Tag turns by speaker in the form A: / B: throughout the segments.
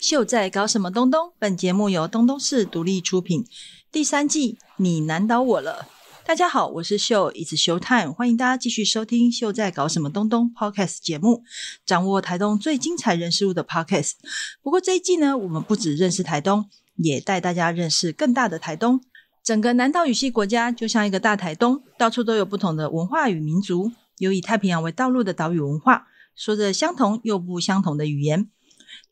A: 秀在搞什么东东？本节目由东东市独立出品，第三季你难倒我了。大家好，我是秀，It's Show Time，欢迎大家继续收听《秀在搞什么东东》Podcast 节目，掌握台东最精彩人事物的 Podcast。不过这一季呢，我们不只认识台东，也带大家认识更大的台东。整个南岛语系国家就像一个大台东，到处都有不同的文化与民族，有以太平洋为道路的岛屿文化，说着相同又不相同的语言。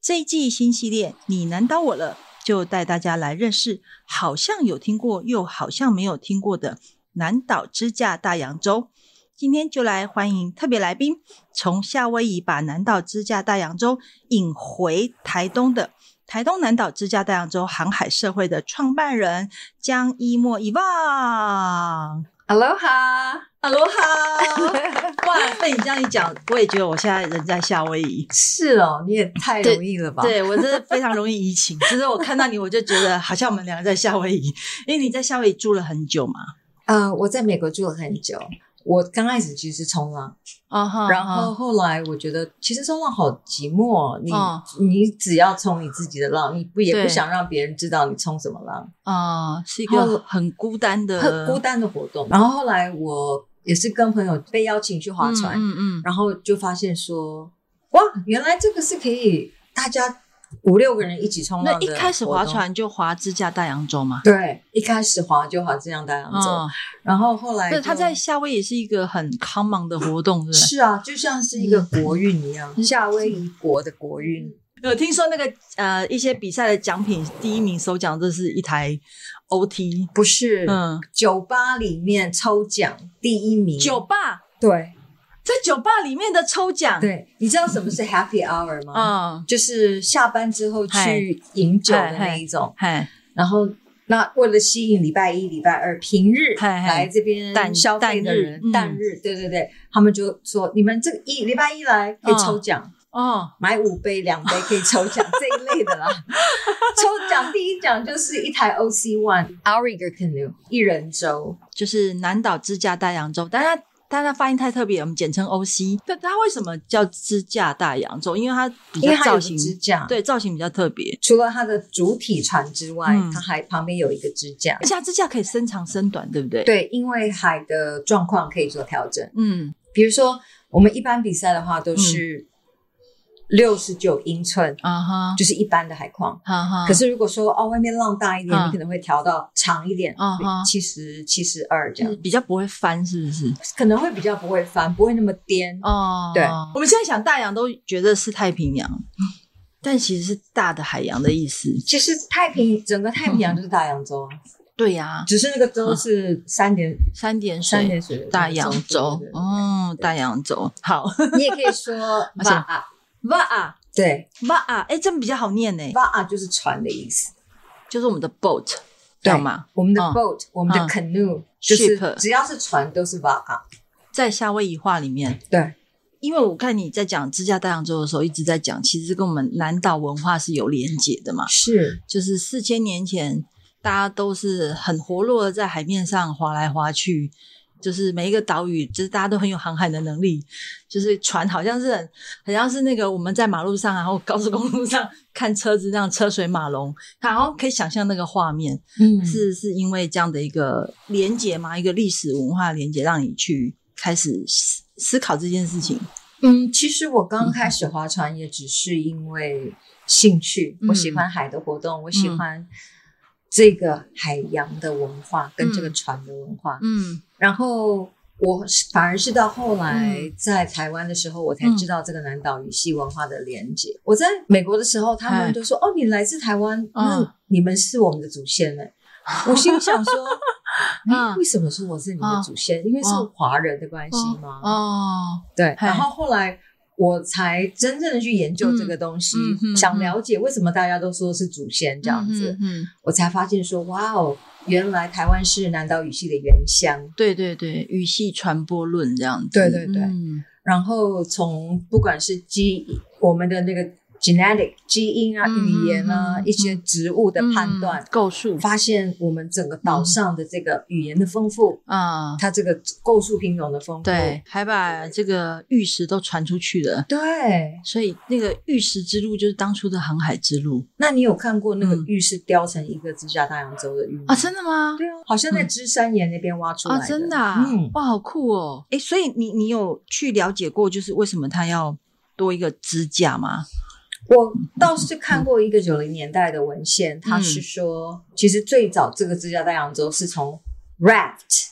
A: 这一季新系列《你难倒我了》，就带大家来认识好像有听过又好像没有听过的南岛支架大洋洲。今天就来欢迎特别来宾，从夏威夷把南岛支架大洋洲引回台东的台东南岛支架大洋洲航海社会的创办人江一莫伊旺。
B: Aloha，
A: 哈喽哈！哇，被你这样一讲，我也觉得我现在人在夏威夷。
B: 是哦，你也太容易了吧？
A: 对我真的非常容易移情，只是我看到你，我就觉得好像我们两个在夏威夷，因为你在夏威夷住了很久嘛。
B: 呃，我在美国住了很久，我刚开始其实是冲浪，
A: 啊哈
B: 然后后来我觉得其实冲浪好寂寞哦，你、
A: 嗯
B: 你只要冲你自己的浪，你不也
A: 对
B: 不想让别人知道你冲什么浪，
A: 啊，是一
B: 后
A: 个很孤单的，
B: 很孤单的活动。然后后来我也是跟朋友被邀请去划船，
A: 嗯嗯
B: 然后就发现说，哇，原来这个是可以大家五六个人一起冲
A: 那
B: 浪的
A: 一开始
B: 活
A: 划
B: 动。
A: 船就划支架大洋洲嘛，
B: 对，一开始划就划这样大洋洲，
A: 嗯，
B: 然后后来
A: 对，它
B: 就
A: 在夏威夷是一个很 common 的活动，对不对？
B: 是啊，就像是一个
A: 嗯
B: 国运一样，夏威夷国的国运。
A: 有听说那个呃一些比赛的奖品第一名首奖，这是一台 OT，
B: 不是，
A: 嗯，
B: 酒吧里面抽奖第一名，
A: 酒吧
B: 对
A: 在酒吧里面的抽奖，，
B: 对，你知道什么是 Happy Hour 吗？
A: 嗯，
B: 就是下班之后去饮酒的那一种。
A: 嘿，
B: 然后，那为了吸引礼拜一、礼拜二平日
A: 嗨嗨
B: 来这边
A: 淡
B: 消费的人
A: 淡日嗯，
B: 淡日，对对对，他们就说你们这个一礼拜一
A: 嗯
B: 来可以抽奖，
A: 哦，
B: 买五杯、两杯可以抽奖这一类 的啦。抽奖第一奖就是一台 OC One Auriga Canoe 一人舟，
A: 就是南岛支架大洋洲，但它但它发音太特别，我们简称 OC。但它为什么叫支架大洋洲？因为它比
B: 因
A: 较
B: 为它
A: 造
B: 有
A: 型
B: 个，支架，，
A: 对造型比较特别，
B: 除了它的主体船之外，
A: 嗯
B: 它还旁边有一个支架
A: 而。且它支架可以伸长伸短，对不对？，
B: 对，因为海的状况可以做调整。
A: 嗯，
B: 比如说，我们一般比赛的话都是六十九英寸，
A: 啊哈，
B: 就是一般的海况。
A: 哈哈。
B: 可是如果说哦，外面浪大一点，
A: 嗯
B: 你可能会调到长一点
A: 嗯哼，
B: 七十七十二这样
A: 是，比较不会翻，是不是？
B: 可能会比较不会翻，不会那么颠。
A: 哦
B: 嗯对
A: 我们现在想大洋都觉得是太平洋，但其实是大的海洋的意思。
B: 其实太平整个太平洋就是大洋洲啊，
A: 对呀、
B: 只是那个洲是三点
A: 三点水
B: 嗯三点水的
A: 大洋洲
B: 对对，对
A: 哦，大洋洲，好，
B: 你也可以说
A: 而且
B: 瓦啊，
A: 哇啊
B: 对，
A: 哇啊，哎，这样比较好念呢，
B: 瓦啊就是船的意思，
A: 就是我们的 boat，
B: 对
A: 懂吗？
B: 我们的
A: 嗯
B: boat，我们的
A: 嗯
B: canoe 就是
A: Ship
B: 只要是船都是瓦啊，
A: 在夏威夷话里面，
B: 对，
A: 因为我看你在讲支架大洋洲的时候，一直在讲，其实跟我们南岛文化是有连结的嘛，
B: 是
A: 就是四千年前，大家都是很活络的在海面上划来划去，就是每一个岛屿，就是大家都很有航海的能力，就是船好像是很，好像是那个我们在马路上，然后高速公路上看车子这样车水马龙，然后可以想象那个画面，
B: 嗯
A: 是是因为这样的一个连结嘛，一个历史文化连结，让你去开始思思考这件事情。
B: 嗯，其实我刚开始划船也只是因为兴趣，
A: 嗯
B: 我喜欢海的活动，我喜欢这个海洋的文化跟这个
A: 嗯
B: 船的文化，
A: 嗯
B: 然后我是反而是到后来
A: 嗯
B: 在台湾的时候，我才
A: 嗯
B: 知道这个南岛语系文化的连接。我在美国的时候，他
A: 哎
B: 们都说：“哦，你来自台湾，那你们是我们的祖先呢。”我心里想说：“
A: 嗯
B: 哎，为什么说我是你
A: 嗯
B: 的祖先？因为是华人的关系吗
A: 哦，？”
B: 对。
A: 嗨
B: 然后后来。我才真正的去研究这个东西，
A: 嗯嗯嗯
B: 想了解为什么大家都说是祖先这样子，
A: 嗯，嗯
B: 我才发现说，哇哦，原来台湾是南岛语系的原乡。
A: 对对对，语系传播论这样子。
B: 对对对
A: 嗯
B: 然后从不管是基我们的那个 genetic 基因啊、
A: 嗯
B: 语言啊、
A: 嗯嗯
B: 一些植物的判断，
A: 嗯构树
B: 发现我们整个岛上的这个语言的丰富，
A: 啊，
B: 它这个构树品种的丰富，
A: 对，还把这个玉石都传出去了。
B: 对。
A: 所以那个玉石之路就是当初的航海之路
B: 那你有看过那个
A: 嗯
B: 玉是雕成一个指甲大洋洲的玉吗？
A: 啊，真的吗？
B: 对啊，好像在芝山岩那边挖出来
A: 啊，
B: 的，
A: 嗯真的、啊，
B: 嗯，
A: 哇，好酷哦！哎，所以你你有去了解过，就是为什么它要多一个支架吗？
B: 我倒是看过一个九零年代的文献，它是说，
A: 嗯
B: 其实最早这个指甲大洋洲是从 raft，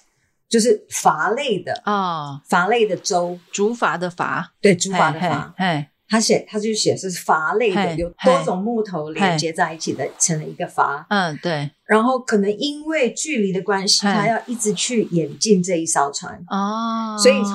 B: 就是筏类的
A: 啊，
B: 筏类的舟，
A: 竹筏的筏，
B: 对，竹筏的
A: 嘿
B: 筏，，
A: 嘿
B: 他写他就写是筏类的，
A: 嘿
B: 有多种木头连接在一起的，成了一个筏。
A: 嗯，对，
B: 然后可能因为距离的关系，
A: 嘿
B: 他要一直去演进这一艘船，
A: 哦，
B: 所以从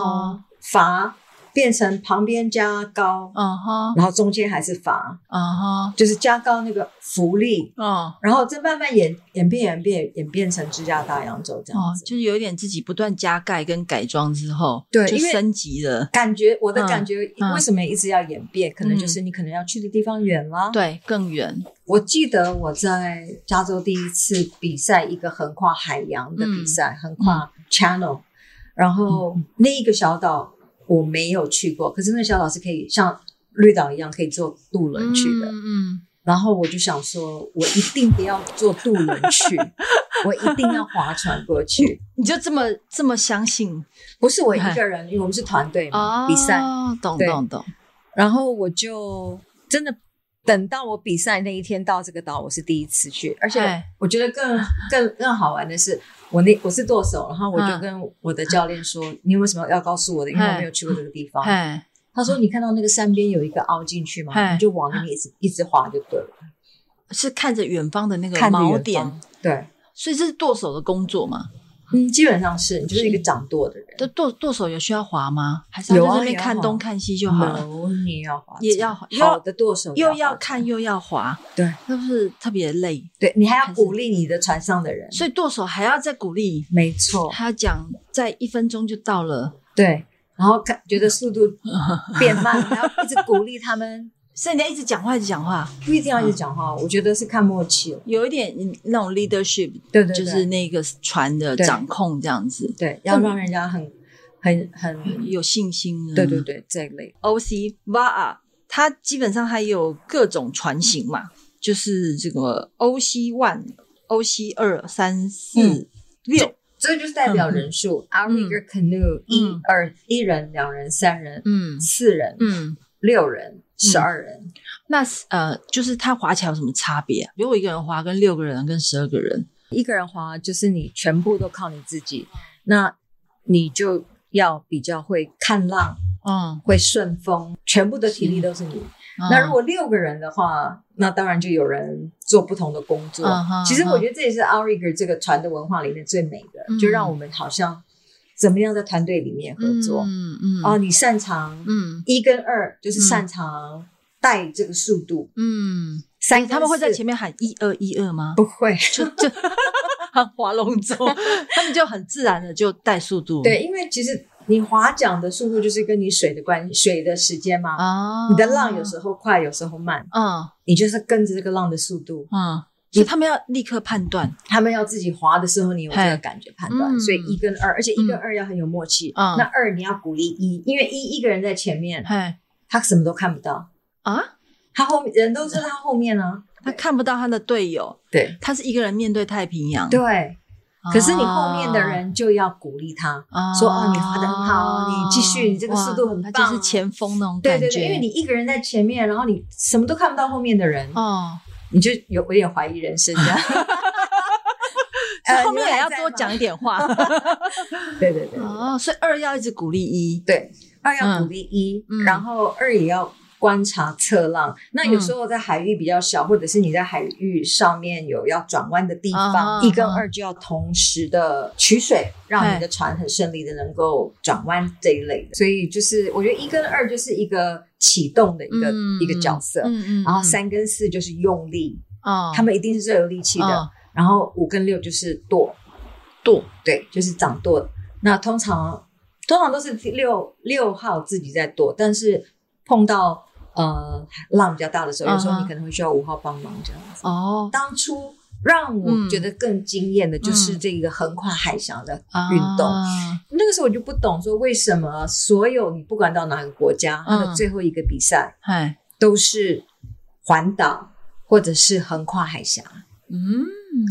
B: 筏变成旁边加高，
A: 嗯哼，
B: 然后中间还是筏，
A: 嗯哼，
B: 就是加高那个浮力。
A: 哦
B: 然后再慢慢演演变演变演变成支架大洋洲这
A: 哦
B: 样子。，
A: 就是有一点自己不断加盖跟改装之后，
B: 对
A: 就
B: 因为
A: 升级了，
B: 感觉我的
A: 嗯
B: 感觉
A: 嗯
B: 为什么一直要演变？可能就是你可能要去的地方远了。，
A: 对，更远，
B: 我记得我在加州第一次比赛一个横跨海洋的
A: 嗯
B: 比赛，横跨 channel，然后那一个小岛我没有去过，可是那个小岛是可以像绿岛一样可以坐渡轮去的。
A: 嗯，
B: 然后我就想说，我一定不要坐渡轮去，我一定要划船过去。
A: 嗯你就这么这么相信
B: 不是我一个人，因为我们是团队嘛，
A: 哦
B: 比赛。
A: 懂
B: 对
A: 懂懂，
B: 然后我就真的等到我比赛那一天到这个岛，我是第一次去，而且
A: 哎
B: 我觉得更更更好玩的是，我那我是舵手，然后我就
A: 嗯
B: 跟我的教练说：“你为什么要告诉我的？因为
A: 哎
B: 我没有去过这个地方。”
A: 嘿，
B: 他说：“你看到那个山边有一个凹进去嘛，
A: 哎
B: 你就往那边一直一直滑就对了，
A: 是看着远方的那个
B: 看着远
A: 锚
B: 方
A: 点，。”
B: 对，
A: 所以这是舵手的工作嘛？
B: 嗯，基本上是你就是一个掌舵的人，
A: 这舵舵手有需要滑吗？还是他
B: 有
A: 在
B: 啊
A: 那边
B: 有啊
A: 看东看西就好了？
B: No，你也要滑，
A: 也要滑
B: 好的舵手
A: 又
B: 要
A: 要
B: 划船
A: 看又要滑，
B: 对，
A: 是不是特别累？
B: 对你还
A: 还
B: 要
A: 是
B: 鼓励你的船上的人，
A: 所以舵手还要再鼓励，
B: 没错，
A: 他讲在一分钟就到了，
B: 对。然后看觉得 速度变慢，还要一直鼓励他们，
A: 所以你要一直讲话，一直讲话，
B: 不一定要
A: 嗯
B: 一直讲话。我觉得是看默契了。哦
A: 有一点嗯那种 leadership，
B: 对对对，
A: 就是嗯那个船的
B: 对
A: 掌控这样子，
B: 对，要让人家很很很，
A: 有信心啊。
B: 对对对，这一类。
A: OC VAR，它基本上它也有各种船型嘛，就是这个 OC one、OC 二、三、四、六，
B: 这就是代表人数，our rigger canoe 一
A: 嗯
B: 二一人、两人、三人、
A: 嗯
B: 四人、
A: 嗯。
B: 六人、十二人。
A: 那呃，就是它划起来有什么差别、啊？比如我一个人划，跟六个人，跟十二个人，
B: 一个人划就是你全部都靠你自己，那你就要比较会看浪，
A: 嗯，
B: 会顺风，全部的体力都是你。
A: 嗯
B: 那如果六个人的话，那当然就有人做不同的工作。
A: 嗯哼
B: 其实我觉得这也是 o u r i g e r 这个船的文化里面最美的，
A: 嗯
B: 就让我们好像怎么样在团队里面合作。
A: 嗯嗯
B: 哦，你擅长、
A: 嗯
B: 一跟二，就是擅长带这个速度。
A: 嗯，
B: 三跟
A: 他们会在
B: 四
A: 前面喊一二一二吗？
B: 不会，
A: 就就喊 划龙舟，他们就很自然的就带速度，
B: 对，因为其实你划桨的速度就是跟你水的关水的时间嘛。
A: 啊，
B: 你的浪有时候快，有时候慢，
A: 嗯
B: 你就是跟着这个浪的速度。
A: 嗯，所以他们要立刻判断，
B: 他们要自己划的时候，你有这
A: 嗨
B: 个感觉判断，
A: 嗯
B: 所以一跟二，而且一跟二要很有默契。
A: 嗯
B: 那二你要鼓励一，因为一一个人在前面，
A: 嘿
B: 他什么都看不到，
A: 啊，
B: 他后面人都是他后面啊。
A: 他看不到他的队友，
B: 对
A: 他是一个人面对太平洋。
B: 对，可是你后
A: 啊
B: 面的人就要鼓励他，
A: 啊
B: 说哦你滑得很好你继续你这个速度很
A: 哇
B: 棒
A: 他就是前锋那种
B: 对
A: 感觉。
B: 对对，因为你一个人在前面，然后你什么都看不到后面的人，
A: 哦，
B: 你就有有点怀疑人 生 的。
A: 所以
B: 呃
A: 后面也要多。
B: 你们还在吗
A: 讲一点 话。
B: 对对对对
A: 哦，所以二要一直鼓励一。
B: 对，二要
A: 嗯
B: 鼓励一、
A: 嗯
B: 然后二也要观察侧浪。那有时候在海域比较小，或者是你在海域上面有要转弯的地
A: 啊
B: 方，一跟二就要同时的取水，让你的船很顺利的能够转弯这一类的。所以就是我觉得一跟二就是一个启动的一个、
A: 嗯
B: 一个角色。
A: 嗯嗯
B: 然后，三跟四就是用力，
A: 哦，
B: 他们一定是最有力气的。
A: 哦
B: 然后五跟六就是舵，
A: 舵
B: 对，就是掌舵的。那通常通常都是六六号自己在舵，但是碰到呃浪比较大的时候，有
A: 嗯
B: 时候
A: 哼
B: 你可能会需要五号帮忙这样子。
A: 哦，
B: 当初让我觉得更惊艳的
A: 嗯
B: 就是这个横跨海峡的运动。
A: 啊
B: 那个时候我就不懂，说为什么所有你不管到哪个国家，它的
A: 嗯
B: 最后一个比赛
A: 嗨，
B: 都是环岛或者是横跨海峡、
A: 嗯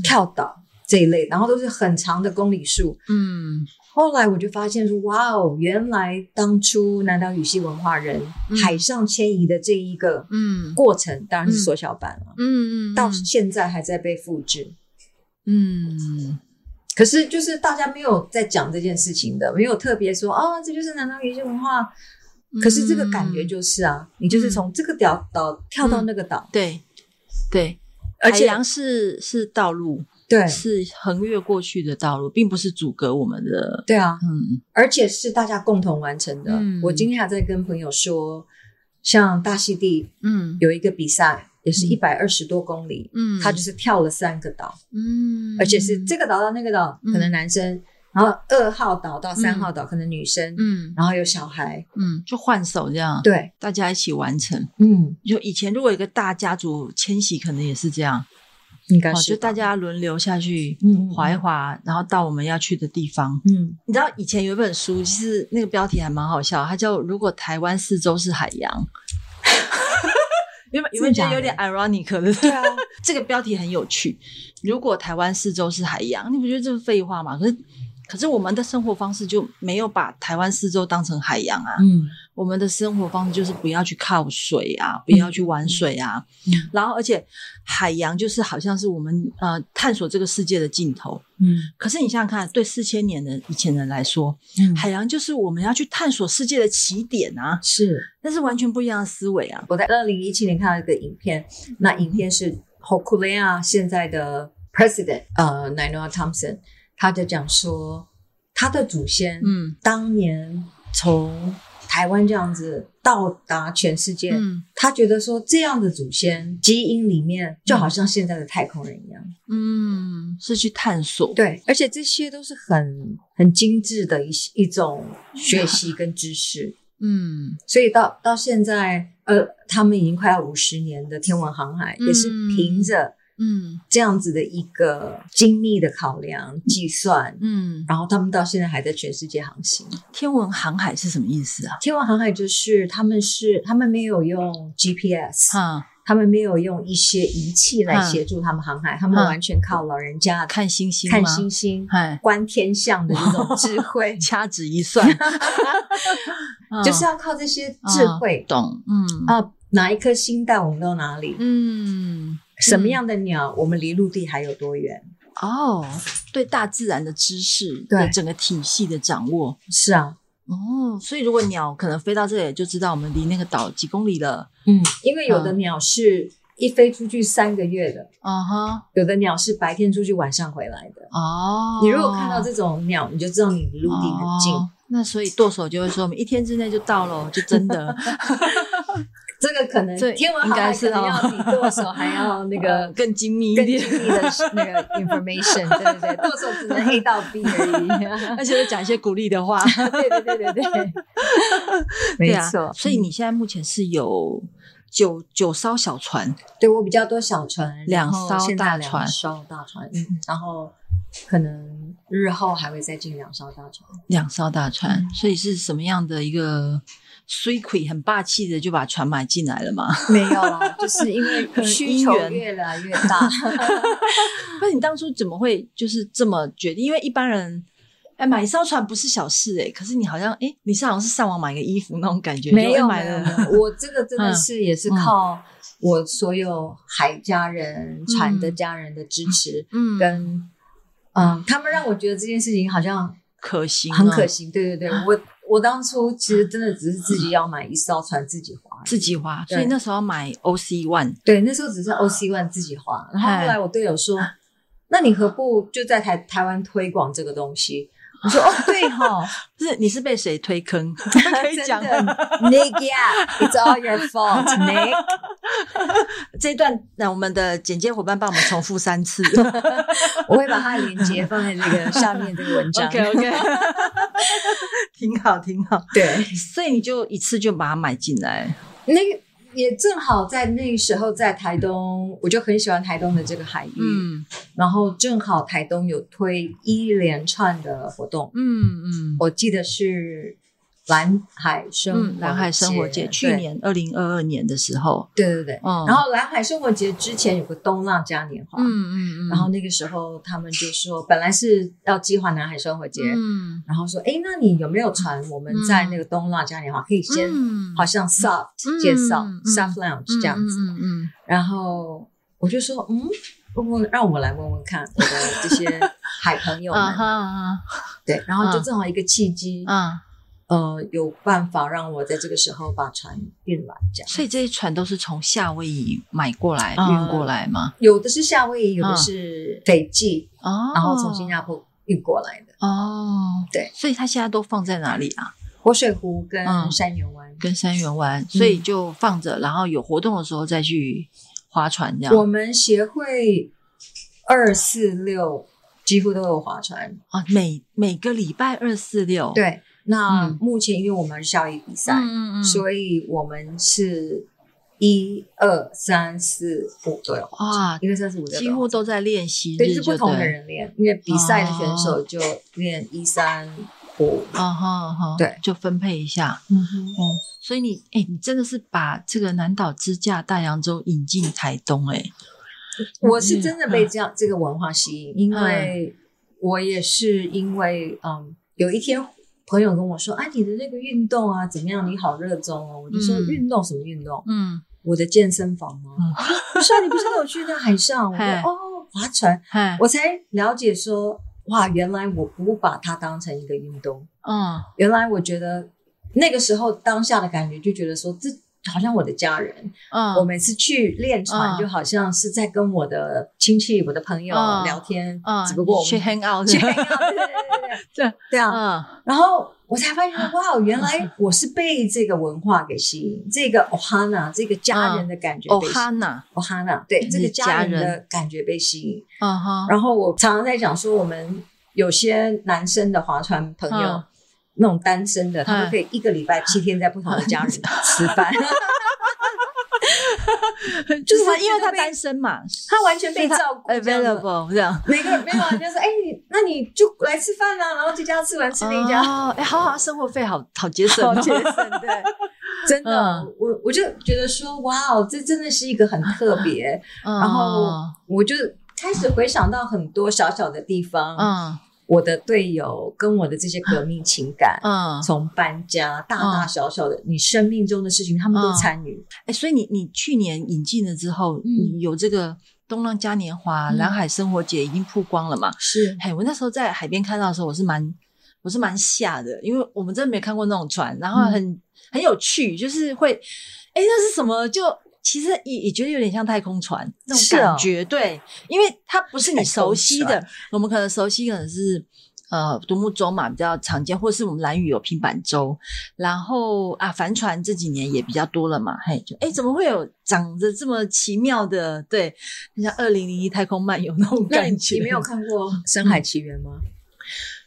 B: 跳岛这一类，然后都是很长的公里数。
A: 嗯
B: 后来我就发现说，哇哦，原来当初南岛语系文化人、
A: 嗯
B: 海上迁移的这一个
A: 嗯
B: 过程，当然是缩小版了，
A: 嗯嗯，
B: 到现在还在被复制。
A: 嗯
B: 可是就是大家没有在讲这件事情的，没有特别说啊、这就是南岛语系文化。可是这个感
A: 嗯
B: 觉就是啊，你就是从这个岛岛跳到那个岛，
A: 对对，
B: 而
A: 海
B: 且
A: 洋是是道路，
B: 对
A: 是横越过去的道路，并不是阻隔我们的。
B: 对啊，
A: 嗯
B: 而且是大家共同完成的。
A: 嗯
B: 我今天还在跟朋友说，像大溪地
A: 嗯
B: 有一个比赛，也是
A: 嗯
B: 一百二十多公里，
A: 嗯
B: 他就是跳了三个岛，
A: 嗯，
B: 而且是这个岛到那个岛，
A: 嗯
B: 可能男生，然后二号岛到三号岛可能女生，
A: 嗯
B: 然后有小孩，
A: 嗯，就换手这样，
B: 对，
A: 大家一起完成。
B: 嗯，
A: 就以前如果有一个大家族迁徙，可能也是这样，
B: 应该
A: 哦，
B: 是
A: 就
B: 吧
A: 大家轮流下去
B: 嗯
A: 划一划，然后到我们要去的地方。
B: 嗯
A: 你知道以前有一本书，其实那个标题还蛮好笑，它叫《如果台湾四周是海洋》。 有没有有没有觉得有点 ironic 对不对？
B: 啊
A: 这个标题很有趣。如果台湾四周是海洋，你不觉得这是废话吗？可是，可是我们的生活方式就没有把台湾四周当成海洋啊。
B: 嗯
A: 我们的生活方式就是不要去靠水啊，不要去玩水啊。
B: 嗯
A: 然后，而且海洋就是好像是我们呃探索这个世界的尽头。
B: 嗯
A: 可是你想想看，对四千年的以前人来说，
B: 嗯，
A: 海洋就是我们要去探索世界的起点啊，
B: 是
A: 那是完全不一样的思维啊。
B: 我在二零一七年看到一个影片，那影片是 Hokulea 现在的 President 呃 n i n o a Thompson，他就讲说他的祖先
A: 嗯
B: 当年从台湾这样子到达全世界，
A: 嗯
B: 他觉得说这样的祖先基因里面就好像现在的太空人一样。
A: 嗯，是去探索。
B: 对，而且这些都是很很精致的一些一种学习跟知识，
A: 嗯
B: 所以到到现在，呃，他们已经快要五十年的天文航海，
A: 嗯
B: 也是凭着
A: 嗯
B: 这样子的一个精密的考量计算。
A: 嗯，
B: 然后他们到现在还在全世界航行。
A: 天文航海是什么意思啊？
B: 天文航海就是他们是他们没有用 GPS，、
A: 啊，
B: 他们没有用一些仪器来协助他们航海，他们完全靠老人家
A: 嗯看星星吗
B: 看星，星、
A: 哎，，
B: 观天象的这种智 慧
A: 掐指一算，嗯
B: 就是要靠这些智慧
A: 懂。嗯
B: 啊。哪一颗星带我们到哪里？
A: 嗯，
B: 什么样的鸟，我们离陆地还有多远？
A: 哦，对大自然的知识，
B: 对
A: 对整个体系的掌握。
B: 是啊，
A: 哦，所以如果鸟可能飞到这里，就知道我们离那个岛几公里了。
B: 嗯，因为有的
A: 嗯
B: 鸟是一飞出去三个月的，
A: 啊哈，
B: 有的鸟是白天出去晚上回来的。
A: 哦，
B: 你如果看到这种鸟，你就知道你离陆地很近。
A: 哦那所以剁手就会说，我们一天之内就到了，就真 的
B: 这个可能
A: 这
B: 天文
A: 应
B: 航
A: 该
B: 海
A: 是
B: 可能
A: 哦
B: 要比剁手还要那个
A: 更精密一
B: 更精
A: 点，
B: 密的那 个 information，对对对，剁手只能 A 到 B 而 已。
A: 而且会讲一些鼓励的话，
B: 对对对对对，啊
A: 对
B: 没
A: 啊
B: 错。嗯
A: 所以你现在目前是有九九艘小船，
B: 对我比较多小船，
A: 两
B: 然后
A: 艘
B: 现在
A: 大
B: 两
A: 船
B: 艘大船，嗯然后可能日后还会再进两艘大船。
A: 两艘大船
B: 嗯，
A: 所以是什么样的一个 s u i 很霸气的就把船买进来了嘛？
B: 没有啦， 就是因为
A: 很
B: 需
A: 因
B: 求
A: 缘
B: 越来越大。
A: 不是你当初怎么会就是这么决定？因为一般人。哎，买一艘船不是小事哎、可是你好像哎，你是好像是上网买个衣服那种感觉，
B: 没
A: 就哎
B: 有
A: 买
B: 没有，
A: 了
B: 没有我这个真的
A: 嗯
B: 是也是
A: 嗯
B: 靠我所有海家人、船的
A: 嗯
B: 家人的支持，
A: 嗯
B: 跟嗯，他们让我觉得这件事情好像
A: 可行、哦，
B: 很可行。对对对，
A: 啊
B: 我我当初其实真的只是自己要买一艘船自己划而已，
A: 自己划，
B: 对
A: 所以那时候买 OC One，
B: 对那时候
A: 啊
B: 只是 OC One 自己划，然后
A: 哎
B: 后来我队友说，那你何不就在台台湾推广这个东西？我
A: 啊
B: 说哦，对哈，
A: 不是你是被谁推 坑？ 可以讲
B: 真的 Nick yeah，it's all your fault Nick。
A: 这一段，那我们的剪接伙伴帮我们重复三次。
B: 我会把它的链接放在这个下面这个文章。
A: OK OK，挺好挺好。
B: 对，
A: 所以你就一次就把它买进来，
B: 那个也正好在那时候在台东，我就很喜欢台东的这个海域，
A: 嗯
B: 然后正好台东有推一连串的活动，
A: 嗯嗯，
B: 我记得是蓝海生活
A: 嗯，蓝海生活节去
B: 对
A: 年二零二二年的时候，
B: 对对对，
A: 嗯
B: 然后蓝海生活节之前有个东浪嘉年华，
A: 嗯嗯嗯，
B: 然后那个时候他们就说本来是要计划南海生活节，
A: 嗯
B: 然后说哎，那你有没有船？我们在那个东浪嘉年华可以先
A: 嗯
B: 好像 soft 介绍
A: 嗯嗯
B: soft lounge 这样子，
A: 嗯嗯
B: 然后我就说嗯。我让我来问问看我的这 些海朋
A: 嗯，
B: 友们，
A: 啊哈啊
B: 对，然后就
A: 嗯
B: 正好一个契机，
A: 哈啊，
B: 呃，有办法让我在这个时候把船运来，这样。
A: 所以这些船都是从夏威夷买过来
B: 啊
A: 运过来吗？
B: 有的是夏威夷，有
A: 嗯
B: 的是斐济，
A: 哦，
B: 然后从新加坡运过来的。
A: 哦，
B: 对，
A: 所以它现在都放在哪里啊？
B: 活水湖跟
A: 嗯
B: 山园湾，
A: 跟三元湾，所以就放着，然后有活动的时候再去划船这样。
B: 我们协会二四六几乎都有划船。
A: 啊，每每个礼拜二四六，，
B: 对，那
A: 哦嗯
B: 目前因为我们是校友比赛，
A: 嗯嗯嗯，
B: 所以我们是一二三四五都有，
A: 哇，
B: 一二三四五都有
A: 几乎都在练习
B: 对，
A: 日
B: 是
A: 就对，
B: 不
A: 哦
B: 同的人练，因为比赛的选手就练一三五。
A: 啊哈啊哈，
B: 对
A: 就分配一下。
B: 嗯哼，
A: 嗯，所以你哎、你真的是把这个南岛支架大洋洲引进台东哎、
B: 我是
A: 嗯
B: 真的被这样、这个文化吸引，因为我也是因为嗯，有一天朋友跟我说，啊，你的那个运动啊怎么样？你好热衷哦。我就说、
A: 嗯
B: 运动什么运动？
A: 嗯，
B: 我的健身房吗？
A: 嗯
B: 不是啊，你不是都有去那海上？我说
A: 嗨
B: 哦，划船，
A: 嗨，
B: 我才了解说，哇，原来我不把它当成一个运动，
A: 嗯
B: 原来我觉得那个时候当下的感觉就觉得说这。好像我的家人，
A: 嗯，
B: 我每次去练船，
A: 嗯
B: 就好像是在跟我的亲戚、我的朋友
A: 嗯
B: 聊天，
A: 嗯，
B: 只不过我们
A: 去 hang out，
B: 去 hang out，对对对对对啊。
A: 嗯
B: 然后我才发 现，哇，原来我是被这个文化给吸引，这个 ohana 这个家人的感觉
A: 哦
B: 被吸
A: 哈娜，
B: ohana 对
A: 你
B: 这个家
A: 家
B: 人
A: 人
B: 的感觉被吸引。
A: 嗯哈，
B: 然后我常常在讲说，我们有些男生的划船朋友。
A: 嗯
B: 那种单身的，他
A: 嗯
B: 们可以一个礼拜七天在不同的家 人吃饭，
A: 就是他因为
B: 觉得
A: 他
B: 被
A: 单身嘛，
B: 他完全被
A: 所以他
B: 照顾这样子
A: available 这样。
B: 每个没有啊，就是哎、你那你就来吃饭啊，然后这家吃完吃那家，
A: 哦，哎，好好，生活费好好节省
B: 好
A: 哦，
B: 节省，对，真的，
A: 嗯
B: 我我就觉得说，哇哦，这真的是一个很特别，
A: 嗯
B: 然后我就开始回想到很多小小的地方，
A: 嗯
B: 我的队友跟我的这些革命情感。
A: 嗯，
B: 从搬家，大大小小的、你生命中的事情，他们都参与。
A: 哎，所以你你去年引进了之后，
B: 嗯
A: 你有这个东浪嘉年华、
B: 嗯
A: 蓝海生活节已经曝光了嘛？
B: 是
A: 嘿，我那时候在海边看到的时候，我是蛮我是蛮吓的，因为我们真的没看过那种船，然后很、很有趣，就是会，哎，那是什么？就其实也也觉得有点像太空船那种
B: 是
A: 感
B: 哦
A: 觉，对，因为它不是你
B: 太
A: 熟
B: 空
A: 悉
B: 船
A: 的，我们可能熟悉可能是。呃，独木舟嘛比较常见，或是我们蓝屿有平板舟，然后啊，帆船这几年也比较多了嘛，嘿，就哎，怎么会有长着这么奇妙的？对，很像二零零一太空漫游那种
B: 那你
A: 感觉。
B: 你没有看过《深海奇缘》吗？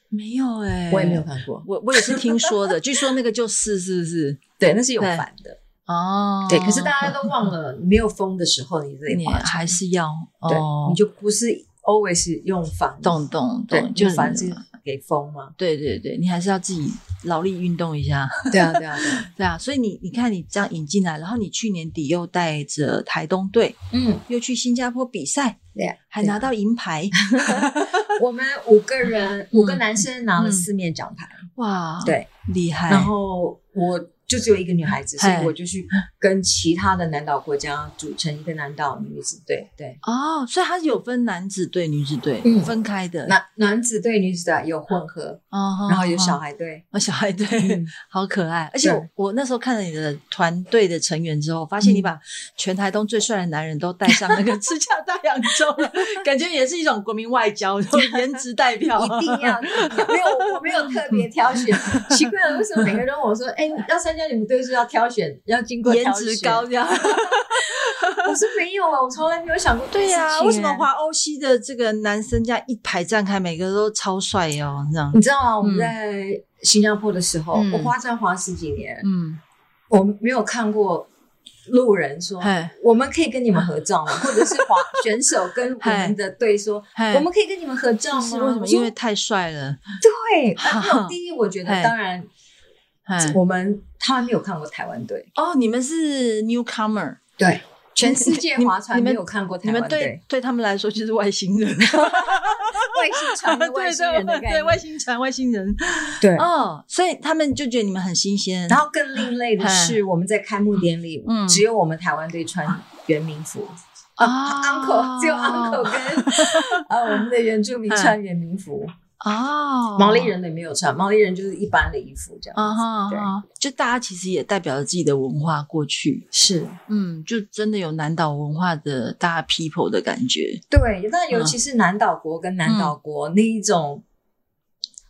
A: 没有哎、
B: 我也没有，看过。
A: 我我也是听说的，据说那个就是是不是？
B: 对，那是有
A: 对
B: 反的。
A: 哦，
B: 对，可是大家都忘了，没有风的时候，你这里
A: 你
B: 划船
A: 还是要
B: 对，
A: 哦，
B: 你就不是 always 用反
A: 懂懂
B: 对
A: 懂，，
B: 就
A: 就是
B: 反正是给风嘛。
A: 对对对，你还是要自己劳力运动一下，
B: 对啊，对啊，对啊。
A: 对啊。所以你你看你这样引进来，然后你去年底又带着台东队
B: 嗯，
A: 又去新加坡比赛，
B: 对啊，
A: 还拿到银 牌，
B: 我们五个人，五个
A: 嗯
B: 男生拿了
A: 嗯
B: 四面奖牌，
A: 哇，
B: 对，
A: 厉害。
B: 然后我就只有一个女孩子，所以
A: 嗨
B: 我就去跟其他的南岛国家组成一个南岛女子队。对，
A: 哦，所以它是有分男子队、女子队、
B: 嗯
A: 分开的，
B: 男男子队、女子啊队有混合，
A: 哦
B: 然后有小
A: 孩，
B: 孩队。
A: 哦小孩队，
B: 嗯
A: 好可爱！而且我
B: 对
A: 我那时候看了你的团队的成员之后，发现你把全台东最帅的男人都带上那个 支架大洋洲了，感觉也是一种国民外交，然后 颜值代表。
B: 一定 要，一定要没有我没有特别挑 选，奇怪了，为什么每个人都问我说，哎、要参加你们队是要挑选，要经过
A: 颜
B: 挑
A: 值
B: 选
A: 高这样，
B: 我是没有啊，我从来没有想过这
A: 对啊
B: 件事情欸。
A: 呀、为什么华欧西的这个男生这样一排站开，每个都超帅哦，这样，
B: 你知道吗？我们在新加坡的时候，
A: 嗯
B: 我花站花十几年，
A: 嗯
B: 我没有看过路人说
A: 嘿，
B: 我们可以跟你们合 照吗？或者是滑选手跟我们的队说，
A: 嘿
B: 我们可以跟你们合照吗？
A: 是为什么？
B: 我说
A: 因为太帅了，
B: 对， 那种第一，我觉得
A: 嘿
B: 当然，
A: 哎，
B: 我们他们没有看过台湾队，
A: 哦，你们是 newcomer，
B: 对，全世界
A: 你们
B: 划船
A: 你
B: 没
A: 们
B: 有看过
A: 你
B: 台
A: 们
B: 湾
A: 对
B: 队，
A: 对他们来说就是外星人，
B: 外星 船
A: 对
B: 的外星人的
A: 对
B: 概
A: 对，
B: 念，
A: 外星船、外星人，
B: 对。
A: 哦，所以他们就觉得你们很新鲜，
B: 然后更另类的是，我们在开幕典礼
A: 嗯，
B: 只有我们台湾队穿原民服
A: 啊
B: ，uncle 只有 uncle 跟 呃我们的原住民
A: 嗯
B: 穿原民服，
A: 哦，
B: 毛利人的没有穿，毛利人就是一般的衣服这
A: 啊
B: 样子。
A: 哈，
B: 对
A: 啊哈就大家其实也代表了自己的文化过去，
B: 是
A: 嗯，就真的有南岛文化的大家 people 的感觉，
B: 对，那
A: 嗯
B: 尤其是南岛国跟南岛国那一种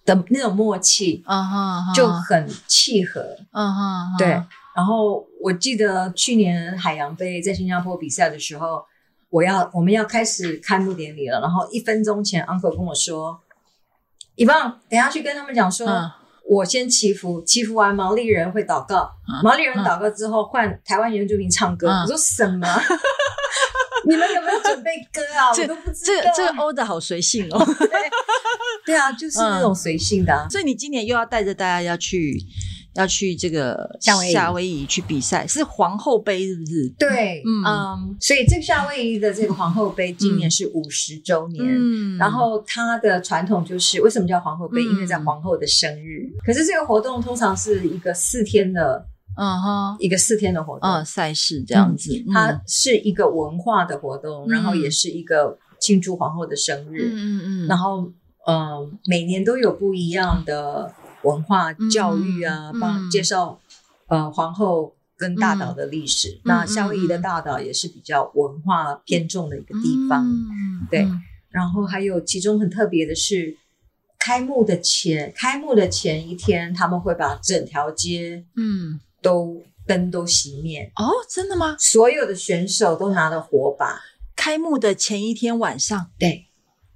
B: 的那种默契
A: 啊哈，啊哈
B: 就很契合，
A: 啊哈，啊哈
B: 对，然后我记得去年海洋杯在新加坡比赛的时候，我要我们要开始开幕典礼了，然后一分钟前，uncle 跟我说：“以棒，等一下去跟他们讲说，
A: 嗯
B: 我先祈福，祈福完毛利人会祷告，
A: 嗯
B: 毛利人祷告之后换台湾原住民唱歌。
A: 嗯
B: 我说：“什么？ 你们有没有准备歌啊？
A: 这
B: 我都不知
A: 这个
B: 道。
A: 这个欧的好随性哦，
B: 对啊，就是那
A: 嗯
B: 种随性的、啊。
A: 所以你今年又要带着大家要去要去这个
B: 夏威夷
A: 夏威夷去比赛，是皇后杯是不是？
B: 对，
A: 嗯
B: 嗯所以这个夏威夷的这个皇后杯今年是五十周年。
A: 嗯
B: 然后它的传统就是为什么叫皇后杯？
A: 嗯
B: 因为在皇后的生日。可是这个活动通常是一个四天的
A: 嗯哈，
B: 一个四天的活动，
A: 嗯，赛事这样子，嗯
B: 它是一个文化的活动，
A: 嗯
B: 然后也是一个庆祝皇后的生
A: 嗯
B: 日。
A: 嗯嗯，
B: 然后，呃，每年都有不一样的文化教育啊，
A: 嗯
B: 帮
A: 嗯
B: 介绍呃皇后。跟大岛的历
A: 嗯
B: 史，那夏威夷的大岛也是比较文化偏重的一个地方。
A: 嗯
B: 对
A: 嗯
B: 然后还有其中很特别的是，开幕的前开幕的前一天，他们会把整条街
A: 嗯，
B: 都灯都熄灭，
A: 哦，真的吗？
B: 所有的选手都拿了火把，
A: 开幕的前一天晚上，
B: 对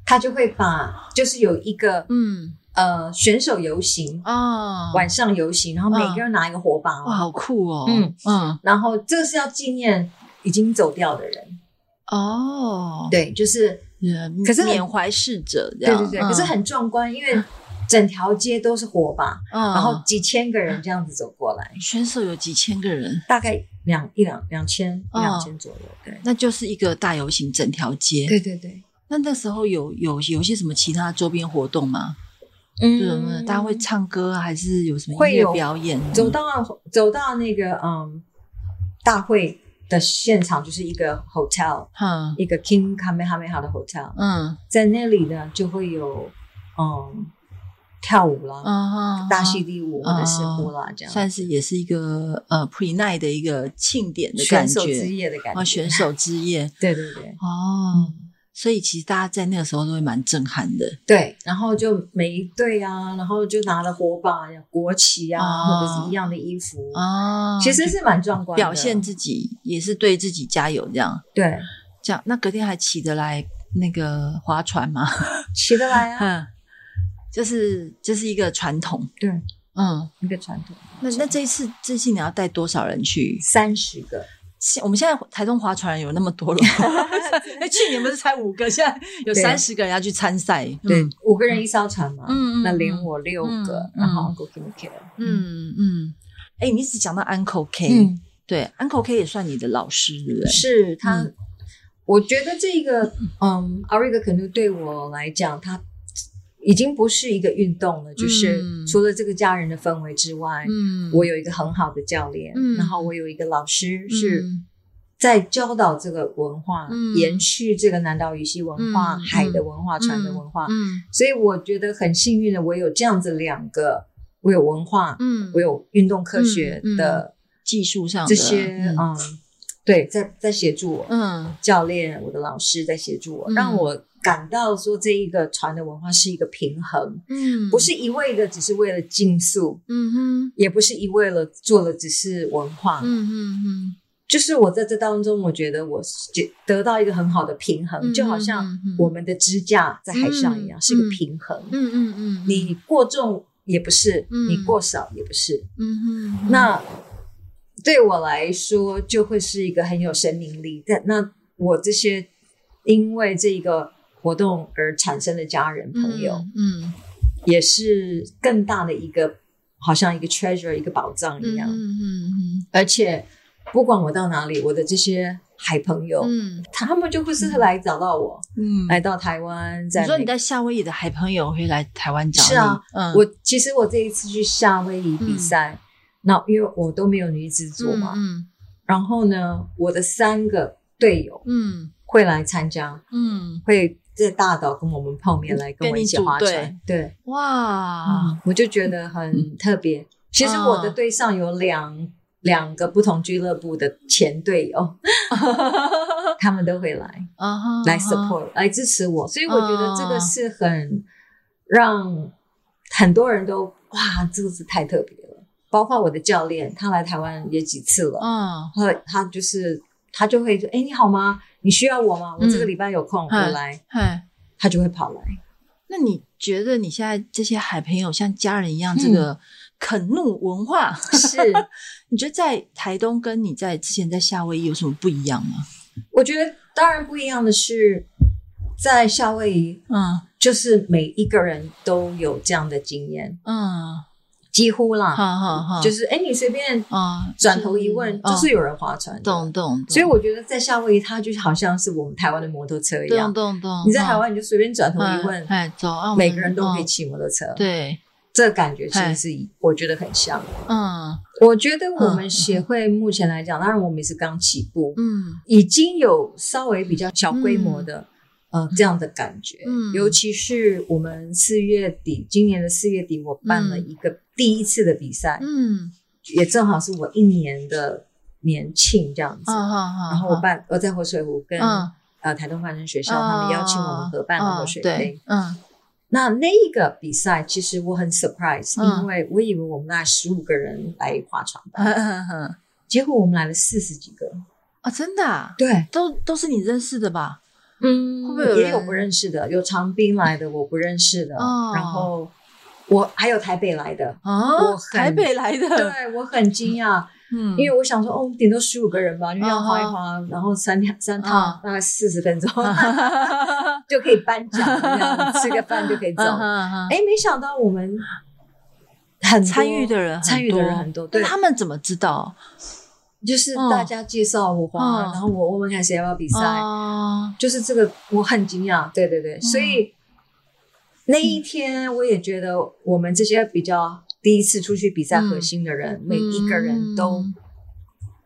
B: 他就会把就是有一个、
A: 嗯
B: 呃选手游行，
A: 哦，
B: 晚上游行，然后每个人拿一个火把哦，
A: 哇，好酷哦，
B: 嗯
A: 嗯
B: 然后这是要纪念已经走掉的人，
A: 哦，
B: 对，就是
A: 嗯，
B: 可是很
A: 缅怀逝者这
B: 对
A: 样，
B: 对对，
A: 嗯
B: 可是，很壮观，因为整条街都是火把，
A: 嗯
B: 然后几千个人这样子走过来。
A: 选手有几千个人，
B: 大概两一两两千一
A: 哦
B: 两千左右，对。
A: 那就是一个大游行，整条街。
B: 对对，
A: 那那时候有有有一些什么其他周边活动吗？就什么
B: 嗯
A: 大家会唱歌啊，还是有什么
B: 会
A: 音乐
B: 有
A: 表演呢？
B: 走到走到那个嗯大会的现场，就是一个 hotel，
A: 嗯
B: 一个 King Kamehameha 的 hotel，
A: 嗯
B: 在那里呢就会有嗯跳舞啦、
A: 嗯哼，
B: 大
A: 嗯
B: 溪地舞或者是呼啦这样，
A: 算是也是一个呃 pre night 的一个庆典的感
B: 选手之
A: 觉
B: 夜的哦感
A: 啊，
B: 觉。
A: 选手之夜
B: 对对对
A: 哦。所以其实大家在那个时候都会蛮震撼的
B: 对，然后就每一队啊，然后就拿了火把呀、国旗啊，
A: 哦
B: 或者是一样的衣服，啊
A: 哦。
B: 其实是蛮壮观的，
A: 表现自己也是对自己加油，这样
B: 对，
A: 这样。那隔天还起得来那个划船吗？
B: 起得来啊，
A: 嗯，就是这、是一个传统，
B: 对，
A: 嗯。
B: 一个传统。
A: 那那这一次，这次你要带多少人去？
B: 三十个，
A: 现我们现在台中划船人有那么多了吗？ 哎，去年不是才五个，现在有
B: 对
A: 三十个人要去参赛。
B: 对
A: 嗯，
B: 五个人一艘船嘛，
A: 嗯嗯
B: 那连我六个
A: 嗯，
B: 然后 Uncle Kim K，，
A: 嗯嗯。哎、你一直讲到 Uncle K，、
B: 嗯，
A: 对，Uncle K 也算你的老师，对不对？
B: 是他
A: 嗯，
B: 我觉得这个，嗯，Ariga Canoe 对我来讲，它已经不是一个运动了，就是
A: 嗯
B: 除了这个家人的氛围之外，
A: 嗯
B: 我有一个很好的教练
A: 嗯，
B: 然后我有一个老师是
A: 嗯
B: 在教导这个文化
A: 嗯，
B: 延续这个南岛语系文化、
A: 嗯
B: 海的文化、船的文化，
A: 嗯
B: 所以我觉得很幸运的，我有这样子两个，我有文化，
A: 嗯
B: 我有运动科学的
A: 技术上的
B: 这些，嗯，对，在在协助我，
A: 嗯
B: 教练，我的老师在协助我，
A: 嗯
B: 让我感到说这一个船的文化是一个平衡，
A: 嗯，
B: 不是一味的只是为了竞速，
A: 嗯哼
B: 也不是一味了做了只是文化，
A: 嗯哼哼，
B: 就是我在这当中，我觉得我是觉得到一个很好的平衡，
A: 嗯
B: 就好像
A: 嗯嗯嗯
B: 我们的支架在海上一样，
A: 嗯
B: 是一个
A: 嗯
B: 平衡，
A: 嗯嗯嗯，
B: 你过重也不是，
A: 嗯
B: 你过少也不是。
A: 嗯哼，
B: 那对我来说就会是一个很有生命力。但那我这些因为这个活动而产生的家人朋友，
A: 嗯，
B: 也是更大的一个，好像一个 treasure 一个宝藏一
A: 嗯
B: 样。
A: 嗯
B: 而且不管我到哪里，我的这些海朋友，
A: 嗯
B: 他们就会是来找到我，
A: 嗯
B: 来到台湾，在
A: 你说你
B: 美
A: 在夏威夷的海朋友会来台湾找你？
B: 是啊，
A: 嗯，
B: 我其实我这一次去夏威夷比赛，那因为我都没有女子组嘛，
A: 嗯
B: 然后呢，我的三个队友
A: 嗯
B: 会来参加，
A: 嗯，
B: 会在大岛跟我们碰面，来跟我
A: 跟你
B: 一起
A: 组
B: 划
A: 队
B: 船。对，
A: 哇，
B: 啊，我就觉得很特
A: 嗯
B: 别。其实我的队上有两两个不同俱乐部的前队友， 他们都会来
A: 啊哈，
B: 来
A: 啊哈
B: support 来支持我，所以我觉得这
A: 啊
B: 个是很让很多人都哇，这个是太特别了。包括我的教练，他来台湾也几次了，
A: 嗯
B: 他他就是他就会说：“哎，你好吗？你需要我吗？我这个
A: 嗯
B: 礼拜有空，
A: 嗨
B: 我来。
A: 嗨。”
B: 他就会跑 来。
A: 那你觉得你现在这些海朋友像家人一
B: 嗯
A: 样，这个肯怒文化，
B: 是，
A: 你觉得在台东跟你在之前在夏威夷有什么不一样吗？
B: 我觉得当然不一样的是，在夏威夷，
A: 嗯
B: 就是每一个人都有这样的经验，
A: 嗯，
B: 几乎啦，
A: 好好好，
B: 就是是哎，诶你随便
A: 啊，
B: 转头一问，
A: 嗯
B: 就是有人划船的。
A: 懂懂，懂
B: 所以我觉得在夏威夷，它就好像是我们台湾的摩托车一
A: 懂
B: 样，
A: 懂懂，
B: 你在台湾你就随便转头
A: 嗯
B: 一问，
A: 哎，哎走啊，我们
B: 每个人都可以
A: 嗯
B: 骑摩托车。，
A: 对，
B: 这感觉其
A: 哎
B: 实是一我觉得很像。
A: 嗯
B: 我觉得我们协会目前来讲，当然我们也是刚起步，
A: 嗯
B: 已经有稍微比较小规模的、呃这样的感觉，
A: 嗯
B: 尤其是我们四月底，今年的四月底，我办了一个第一次的比赛，
A: 嗯，
B: 也正好是我一年的年庆这样子。
A: 好好好，
B: 然后我办，我在活水湖跟、
A: 嗯
B: 呃台东发展学校，
A: 啊
B: 他们邀请我们合办了活水杯。
A: 杯，嗯
B: 那那一个比赛，其实我很 surprise，、
A: 嗯
B: 因为我以为我们那十五个人来划船吧，
A: 嗯嗯嗯，
B: 结果我们来了四十几个。
A: 啊，真的啊，
B: 对，
A: 都都是你认识的吧？
B: 嗯，
A: 会不会有
B: 也有
A: 人
B: 不认识的？有长滨来的，我不认识的。
A: 哦
B: 然后我还有台北 来的，
A: 啊
B: 我，很
A: 台北来的，
B: 对我很惊讶，
A: 嗯，
B: 因为我想说，哦，顶多十五个人吧，就这样划一
A: 嗯
B: 划，然后三天三
A: 嗯
B: 趟，大概四十分钟 就可以颁奖，这样吃个饭就可以走。
A: 哎，
B: 哎，没想到我们很多
A: 参与的人很多
B: 参与的人很多，对
A: 那，他们怎么知道？
B: 就是
A: 嗯
B: 大家介绍我划，
A: 嗯
B: 然后我问问看谁要不要比赛，
A: 哦，
B: 就是这个，我很惊讶。对对对，所以那一天我也觉得，我们这些比较第一次出去比赛核心的人，每一个
A: 嗯
B: 人都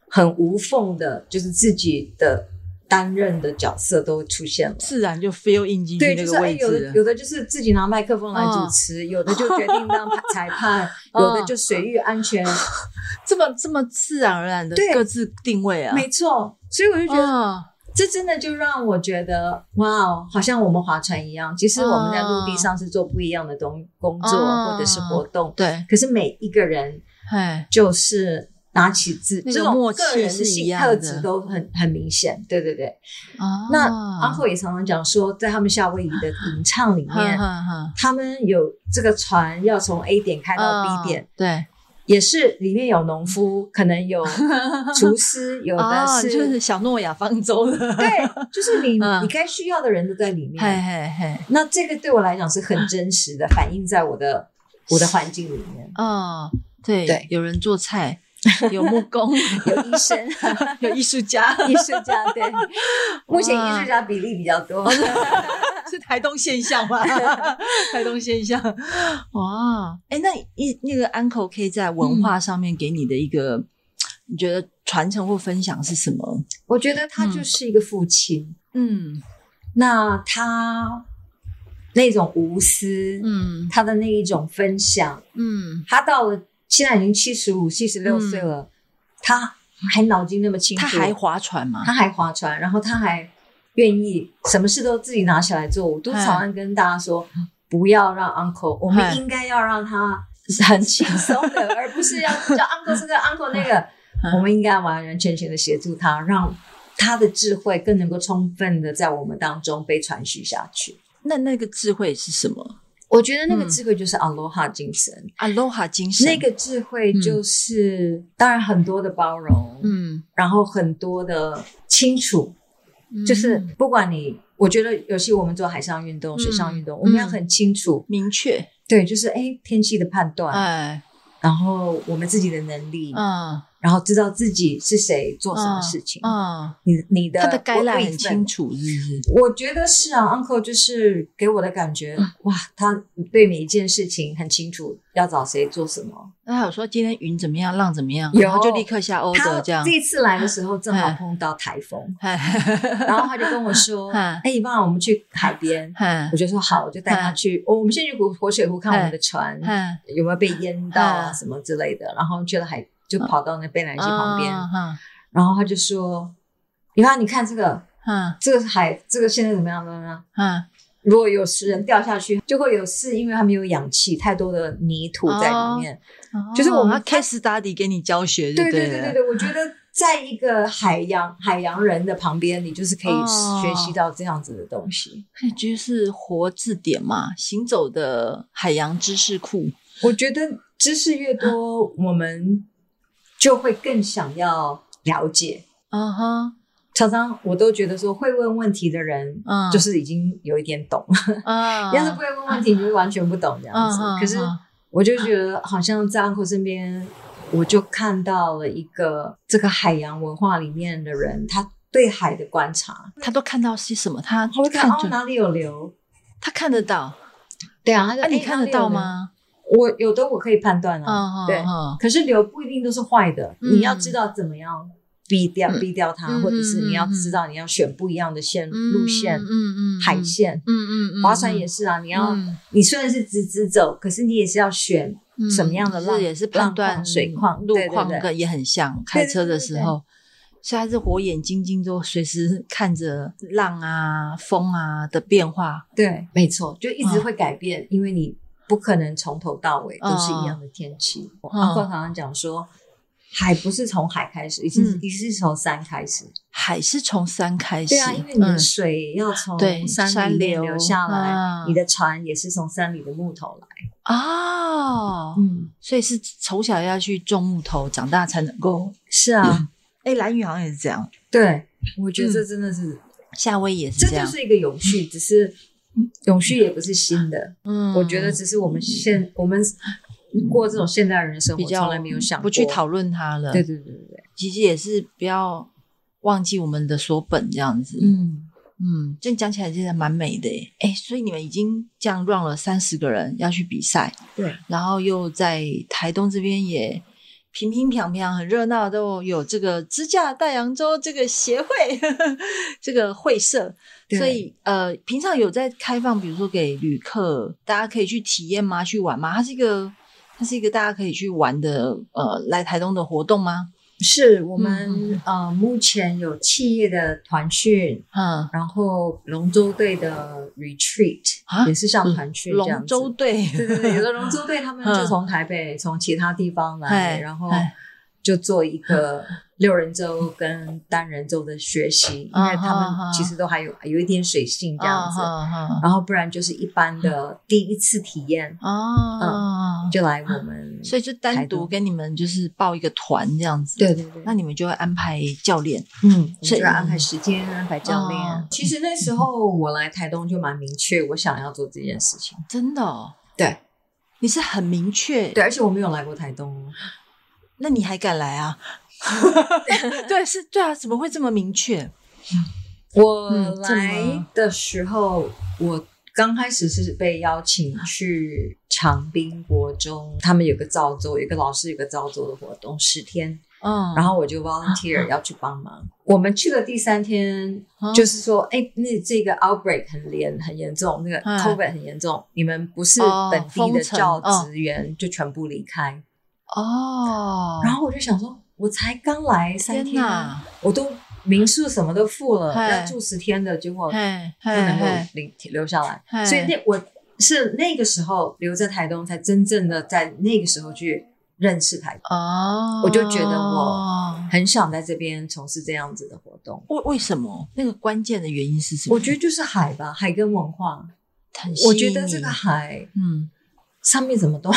B: 很无缝的，就是自己的担任的角色都出现了。
A: 自然就 fill in 进去
B: 对，
A: 那
B: 就是
A: 个
B: 哎，
A: 位
B: 有的
A: 置
B: 有的就是自己拿麦克风来主持，有的就决定当 裁判，有的就水域安全，
A: 这么这么自然而然的
B: 对
A: 各自定位啊，
B: 没错。所以我就觉得
A: 哦
B: 这真的就让我觉得，哇哦，好像我们划船一样。其实我们在陆地上是做不一样的东工作
A: 哦
B: 或者是活动，
A: 对，
B: 可是每一个人
A: 哎，
B: 就是拿起自
A: 那个
B: 这种
A: 默契
B: 个人
A: 是一
B: 性
A: 样的
B: 特质都很很明显。对对对，
A: 哦
B: 那阿后也常常讲说，在他们夏威夷的吟唱里
A: 哈
B: 面，
A: 哈哈
B: 他们有这个船要从 A 点开到 B 点
A: 哦。对，
B: 也是里面有农夫，可能有 厨师，有的
A: 哦
B: 是、
A: 就是小诺亚方舟的，
B: 对，就是你、
A: 嗯哎
B: 你该需要的人都在里面。
A: 嘿嘿嘿，
B: 那这个对我来讲是
A: 嗯
B: 很真实的，反映在我的我的环境里面。
A: 哦，对
B: 对
A: 有人做菜， 有木工，
B: 有医生、
A: 有艺术家，
B: 艺术家，对，目前艺术家比例比较多。
A: 哦是台东现象吗？ 台东现象，哇，哎，那一那个 uncle 可以在文
B: 嗯
A: 化上面给你的一个，你觉得传承或分享是什么？
B: 我觉得他就是一个父亲，
A: 嗯
B: 那他那种无私，
A: 嗯
B: 他的那一种分享，
A: 嗯，
B: 他到了现在已经七十五、七十六
A: 嗯
B: 岁了，他还脑筋那么清楚，
A: 他还划船 吗？
B: 他还划船，然后他还愿意什么事都自己拿起来做。我都常常跟大家说，不要让 uncle，我
A: 嗨
B: 们应该要让他很轻 松的，而不是要叫 uncle 这个 uncle 那个
A: 嗯。
B: 我们应该完完全全的协助他，让他的智慧更能够充分的在我们当中被传续下去。
A: 那那个智慧是什么？
B: 我觉得那个
A: 嗯
B: 智慧就是阿罗哈精神，
A: Aloha 精神，
B: 那个智慧就是、当然很多的包容，
A: 嗯，
B: 然后很多的清楚，就是
A: 嗯
B: 不管你，我觉得尤其我们做海上运动、
A: 嗯
B: 水上运动，我们要很清楚，
A: 明确，
B: 对，就是哎天气的判断，
A: 哎，
B: 然后我们自己的能力，
A: 嗯
B: 然后知道自己是谁做什么事情，
A: 嗯，
B: 你你的
A: 他的该来
B: 位
A: 很
B: 分
A: 清楚，是不是？
B: 我觉得是啊，uncle 就是给我的感觉，
A: 嗯
B: 哇，他对每一件事情很清楚，要找谁做什么。
A: 那他有说今天云怎么样，浪怎么样，
B: 有
A: 然后就立刻下 order
B: 他
A: 哦这样。
B: 这次来的时候正好
A: 嗯
B: 碰到台风，
A: 嗨
B: 然后他就跟我说
A: 嗯：“
B: 哎，爸，我们去海边。”
A: 嗨
B: 我就说：“好，我就带他去。哦我我们先去湖活水湖看我们的船
A: 嗨，
B: 有没有被淹到啊，
A: 嗯
B: 什么之类的。”然后去了海，就跑到那贝兰溪旁边，
A: 嗯
B: 然后他就说：“你看，你看这个，
A: 嗯
B: 这个海，这个现在怎么样了呢？”
A: 嗯，
B: 如果有人掉下去，就会有事，因为它没有氧气，太多的泥土在里面。
A: 嗯
B: 就是我们
A: 哦他 case study 给你教学，
B: 对
A: 对
B: 对对
A: 了，
B: 对，我觉得在一个海洋海洋人的旁边，你就是可以
A: 哦
B: 学习到这样子的东西。
A: 所以就是活字典嘛，行走的海洋知识库。
B: 我觉得知识越多，我们就会更想要了解。
A: 嗯哼，
B: 常常我都觉得说，会问问题的人，
A: 嗯
B: 就是已经有一点懂。
A: 啊，
B: 要是不会问问题，你就完全不懂这样子。
A: 嗯嗯
B: 可是
A: 嗯
B: 我就觉得，好像在 uncle 身边，我就看到了一个这个海洋文化里面的人，他对海的观察，
A: 他都看到些什么？他
B: 他会看
A: 看
B: 哦
A: 着，
B: 哪里有流，
A: 他看得到，
B: 对啊，他就
A: 那你
B: 哎
A: 看得
B: 哪里有
A: 到
B: 流
A: 吗？
B: 我有的我可以判断啊，
A: 嗯
B: 对
A: 嗯
B: 可是流不一定都是坏的，
A: 嗯
B: 你要知道怎么样避掉
A: 嗯
B: 避掉它，
A: 嗯
B: 或者是
A: 嗯
B: 你要
A: 嗯
B: 知道你要选不一样的线
A: 嗯，
B: 路线
A: 嗯、嗯，嗯
B: 海，线。
A: 嗯嗯嗯，
B: 划船
A: 嗯
B: 也是啊，你要
A: 嗯
B: 你虽然是直直走，可是你也是要选
A: 嗯
B: 什么样的浪
A: 是也是
B: 浪
A: 判
B: 况
A: 断
B: 水况
A: 路
B: 对对
A: 况
B: 对
A: 跟也很像，开车的时
B: 对对
A: 候。所以还是火眼金睛，都随时看着浪啊、风啊的变化。
B: 对，没错，就一直
A: 嗯
B: 会改变，因为你不可能从头到尾都是一样的天气。我
A: 嗯
B: 阿公常常讲说，海不是从海开始，一定是
A: 嗯
B: 一定是从山开始。
A: 海是从山开始，
B: 对啊，因为你的
A: 嗯
B: 水要从
A: 对
B: 山
A: 山
B: 里面
A: 流
B: 流下来
A: 啊，
B: 你的船也是从山里的木头来。
A: 哦，
B: 嗯，
A: 所以是从小要去种木头，长大才能够。
B: 是啊，
A: 哎，蓝雨好像也是这样，
B: 对，我觉得这真的是，
A: 夏威夷也是
B: 这
A: 嗯这样。
B: 就是一个永续，只是永续也不是新的。
A: 嗯
B: 我觉得只是我们现我们过这种现代人的生活，
A: 比较
B: 从来没有想过
A: 不去讨。论它了。
B: 对对对对对，
A: 其实也是不要忘记我们的所本这样子。
B: 嗯。
A: 嗯，这样讲起来真的蛮美的诶。哎，所以你们已经这样 run 了三十个人要去比赛，
B: 对，
A: 然后又在台东这边也平平平平很热闹，都有这个支架大洋洲这个协会 这个会社，
B: 对
A: 所以呃，平常有在开放，比如说给旅客，大家可以去体验吗？去玩吗？它是一个。它是一个大家可以去玩的，呃，来台东的活动吗？
B: 是我们、
A: 嗯
B: 呃，目前有企业的团训，
A: 嗯，
B: 然后龙舟队的 retreat
A: 啊
B: 也是像团训 这
A: 龙
B: 样子
A: 舟。队，
B: 对对对，有的龙舟队他们
A: 嗯
B: 就从台北、从其他地方来，
A: 哎
B: 然后
A: 哎
B: 就做一个六人舟跟单人舟的学习，因
A: 嗯
B: 为他
A: 嗯嗯
B: 们其实都还有有一点水性这样 子，
A: 啊哈哈
B: 然后不然就是一般的第一次体验
A: 哦，
B: 就来我们，
A: 所以就单独跟你们就是报一个团这样子。，
B: 对对对，
A: 那你们就会安排教练。
B: 嗯，
A: 所
B: 所
A: 以
B: 以安排时间，安排教练。
A: 哦
B: 其实那时候我来台东就蛮明确，我想要做这件事情。
A: 真的哦，
B: 对
A: 你是很明确。
B: 对，，而且我没有来过台东，
A: 那你还敢来啊？ 对，是，对啊，怎么会这么明确？
B: 我
A: 嗯这
B: 来
A: 么
B: 的时候，我刚开始是被邀请去长滨国中，他们有个造作，有个老师有个造作的活动，十天，
A: 嗯，
B: 然后我就 volunteer 要去帮忙。我们去了第三天，就是说，哎，那这个 outbreak 很严很严重，那个
A: 嗯
B: COVID 很严重，你们不是
A: 哦
B: 本地
A: 封
B: 的
A: 城
B: 教
A: 哦
B: 职员就全部离开。
A: 哦，
B: 然后我就想说，我才刚来三
A: 天
B: 天啊，，我都民宿什么都付了，
A: 嗨
B: 要住十天的，结果不
A: 嘿，嘿
B: 能够
A: 嘿，
B: 留留下
A: 嗨
B: 来，所以那我是那个时候留在台东，才真正的在那个时候去认识台东，
A: 哦，
B: 我就觉得我很想在这边从事这样子的活动。
A: 为为什么那个关键的原因是什么？
B: 我觉得就是海吧，海跟文化。
A: 很
B: 我
A: 吸
B: 觉
A: 引
B: 得这个
A: 你
B: 海
A: 嗯
B: 上面怎么都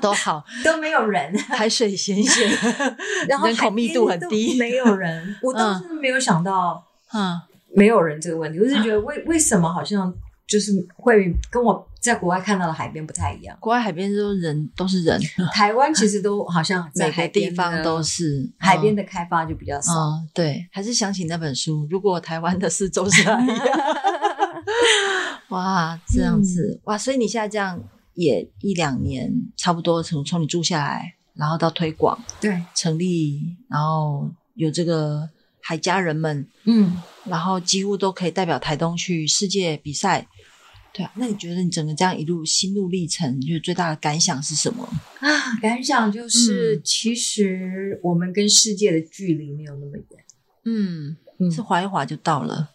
A: 都好，
B: 都没 有人，
A: 海水咸咸，
B: 然后
A: 人口
B: 海
A: 密
B: 边
A: 度很
B: 都
A: 低
B: 没 有人。我当时没有想到
A: 嗯
B: 没有人这个问题，我是觉得为为什么好像就是会跟我在国外看到的海边不太一样。
A: 国外海边都人都是人，
B: 台湾其实都好像
A: 嗯
B: 在
A: 每
B: 海
A: 个
B: 边
A: 地
B: 的
A: 方都是
B: 海边
A: 的。
B: 的开发就比较少。
A: 嗯，对，还是想起那本书。如果台湾的四周是海， 哇，这样
B: 嗯
A: 子、哇，所以你现在这样也一两年，差不多从从你住下来，然后到推广
B: 对，
A: 成立，然后有这个海家人们，
B: 嗯，
A: 然后几乎都可以代表台东去世界比赛。对啊，那你觉得你整个这样一路心路历程，就是最大的感想是什么？
B: 啊，感想就是，
A: 嗯
B: 其实我们跟世界的距离没有那么远，
A: 嗯，
B: 嗯
A: 是划一划就到了。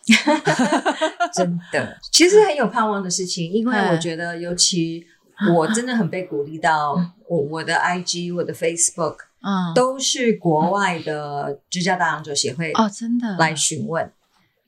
B: 真 的，其实很有盼望的事情，因为
A: 嗯
B: 我觉得，尤其我真的很被鼓励到，我我的 IG、我的 Facebook
A: 嗯，
B: 都是国外的支架大洋者协会
A: 哦，真的
B: 来询问。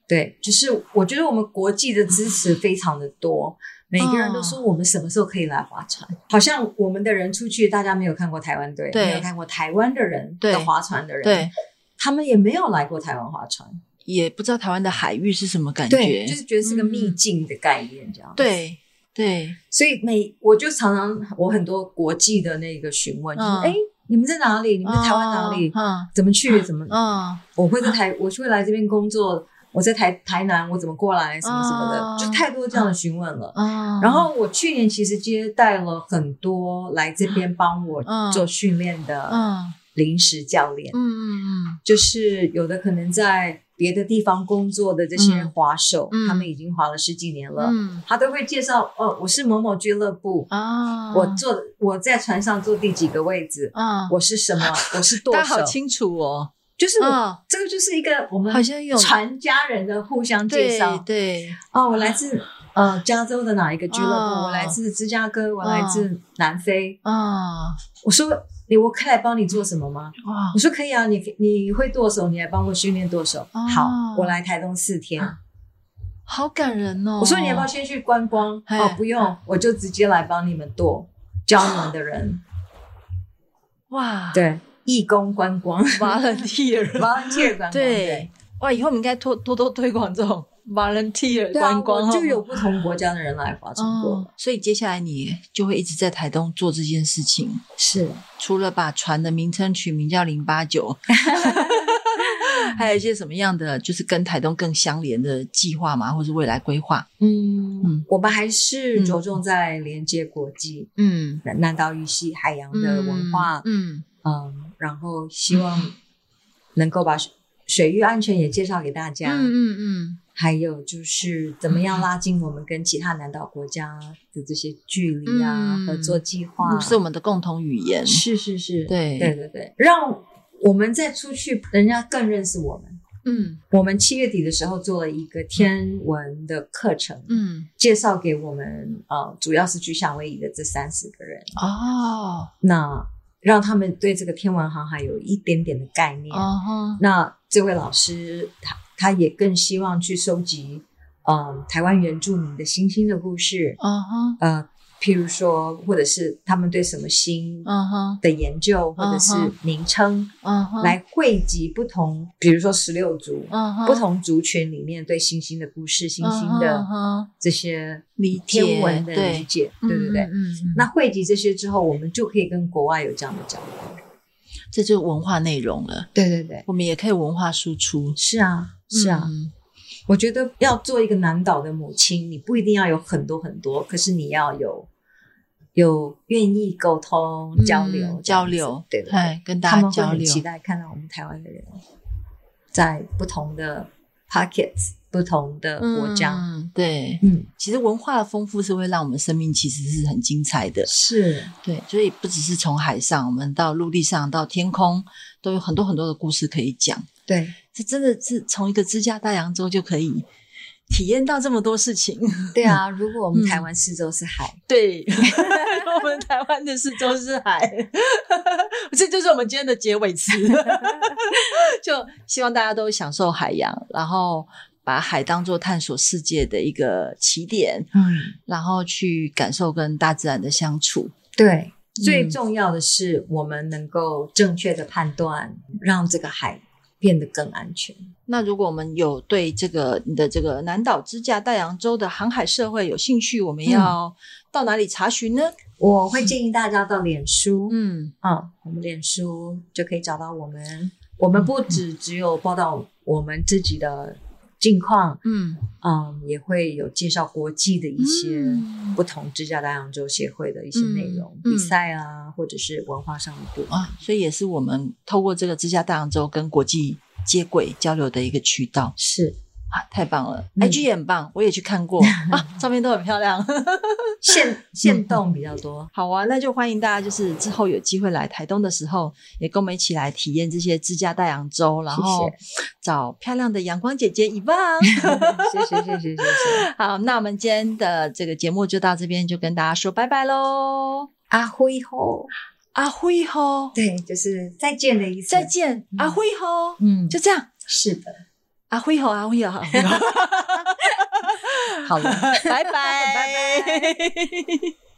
B: 对，就是我觉得我们国际的支持非常的多，每个人
A: 嗯
B: 都说我们什么时候可以来划船，好像我们的人出去，大家没有看过台湾队，
A: 对
B: 没有看过台湾的人
A: 对
B: 的划船的人，
A: 对。
B: 他们也没有来过台湾划船，
A: 也不知道台湾的海域是什么感觉。嗯
B: 对，就是觉得是个秘境的概念这样。，
A: 对对
B: 所以每我就常常我很多国际的那个询问，就是
A: 嗯
B: 哎、诶你们在哪里？你们在台湾哪里？
A: 嗯
B: 怎么去？怎么？
A: 嗯
B: 我会在台，我是会来这边工作，我在台台南，我怎么过来，什么什么的，
A: 哦
B: 就太多这样的询问了。
A: 嗯。
B: 然后我去年其实接待了很多来这边帮我
A: 嗯
B: 做训练的
A: 嗯
B: 临时教练
A: 嗯，嗯
B: 就是有的可能在别的地方工作的这些
A: 嗯
B: 滑手，
A: 嗯
B: 他们已经滑了十几年
A: 嗯
B: 了，
A: 嗯
B: 他都会介绍哦，我是某某俱乐部，
A: 啊，
B: 我坐我在船上坐第几个位置，
A: 啊，
B: 我是什么，我是舵
A: 大家
B: 手
A: 好，清楚哦，
B: 就是我
A: 嗯，
B: 这个就是一个我们
A: 好像有
B: 传家人的互相介
A: 对啊
B: 绍。
A: 对，
B: 哦，我来自呃加州的哪一个俱乐部？
A: 哦
B: 我来自芝加哥，我来自南非。
A: 啊
B: 我说你，我可以来帮你做什么吗？
A: 哇
B: 我，说可以啊，你你会剁手，你来帮我训练剁手。
A: 哦
B: 好，我来台东四天。
A: 好感人哦。
B: 我说你要不要先去观光？
A: 嘿
B: 哦，不用，我就直接来帮你们剁，教你们的人。
A: 哇？
B: 对，义工 观光
A: ，volunteer，
B: ，volunteer 观光。对
A: 对，哇，以后我们应该多多多推广这种 volunteer
B: 对啊，
A: 观
B: 我
A: 光，
B: 就有不同国家的人来华中国。
A: 哦，所以接下来你就会一直在台东做这件事情。
B: 是的。
A: 除了把船的名称取名叫零八 九，还有一些什么样的就是跟台东更相连的计划嘛，或是未来规划？
B: 嗯
A: 嗯，
B: 我们还是着重在连接国际、
A: 嗯，
B: 南南岛语系、海洋的文化，
A: 嗯
B: 嗯然后希望能够把水水域安全也介绍给大
A: 嗯
B: 家，
A: 嗯嗯
B: 还有就是怎么样拉近我们跟其他南岛国家的这些距离啊，
A: 嗯
B: 合作计划
A: 嗯，是我们的共同语言。
B: 是是是，
A: 对
B: 对对对，让我们再出去，人家更认识我们。
A: 嗯
B: 我们七月底的时候做了一个天文的课程，
A: 嗯，
B: 介绍给我们呃，主要是去夏威夷的这三十个人，
A: 哦
B: 那让他们对这个天文航海有一点点的概念。
A: 哦哈，
B: 那这位老师他他也更希望去收集，嗯、呃，台湾原住民的星星的故事，
A: 哦哈，
B: 呃，譬如说，或者是他们对什么星
A: 哦哈，
B: 的研究，或者是
A: 嗯
B: 名称，
A: 哦哈，，
B: 来汇集不同，比如说十六族。
A: 哦哈，
B: 不同族群里面对星星的故事、星星
A: 嗯
B: 的
A: 哼
B: 这些
A: 理解
B: 天文的理解，对对对。
A: 嗯嗯嗯
B: 那汇集这些之后，我们就可以跟国外有这样的交流。
A: 这就是文化内容了。
B: 对对对，
A: 我们也可以文化输出，
B: 是啊，是啊。
A: 嗯
B: 我觉得要做一个南岛的母亲，你不一定要有很多很多，可是你要有有愿意沟通、交流、
A: 嗯
B: 这样
A: 交
B: 子
A: 流，
B: 对对对
A: 哎，跟大家
B: 他们会
A: 交
B: 很
A: 流，
B: 期待看到我们台湾的人在不同的 pockets、不同的国家。
A: 嗯，对，
B: 嗯，
A: 其实文化的丰富是会让我们生命其实是很精彩的，
B: 是，
A: 对，所以不只是从海上，我们到陆地上，到天空，都有很多很多的故事可以讲。
B: 对
A: 这真的是从一个支架大洋洲就可以体验到这么多事情。
B: 对啊。如果我们
A: 嗯
B: 台湾四周是海，
A: 对， 我们台湾的四周是海， 这就是我们今天 的结尾词。就希望大家都享受海洋，然后。把海当做探索世界的一个起点，
B: 嗯，
A: 然后去感受跟大自然的相处。
B: 对。
A: 嗯
B: 最重要的是，我们能够正确的判断，让这个海变得更安全。
A: 那如果我们有对这个你的这个南岛支架大洋洲的航海社会有兴趣，我们要到哪里查询呢？
B: 我会建议大家到脸书，
A: 嗯
B: 啊，我们脸书就可以找到我们。我们不只只有报道我们自己的近况，
A: 嗯，
B: 嗯，也会有介绍国际的一些
A: 嗯
B: 不同支架大洋洲协会的一些内容，
A: 嗯嗯
B: 比赛啊，或者是文化上的部分。
A: 啊，所以也是我们透过这个支架大洋洲跟国际接轨交流的一个渠道
B: 是，
A: 啊，太棒了、
B: 嗯
A: i g 也很棒，我也去看 过啊，照片都很漂亮。
B: 限限动比较多。
A: 好啊，那就欢迎大家，就是之后有机会来台东的时候，也跟我们一起来体验这些自驾大洋洲，然后找漂亮的阳光姐姐一棒。
B: 谢谢，谢谢，谢谢，谢谢。
A: 好，那我们今天的这个节目就到这边，就跟大家说拜拜喽，
B: 阿辉吼，
A: 阿辉吼，
B: 对，就是再见的意思。
A: 再，见，
B: 嗯
A: 阿辉吼，
B: 嗯，
A: 就这样，
B: 是的，
A: 阿辉啊吼，阿辉吼，阿辉吼
B: 好了。
A: 拜拜，
B: 拜
A: 拜。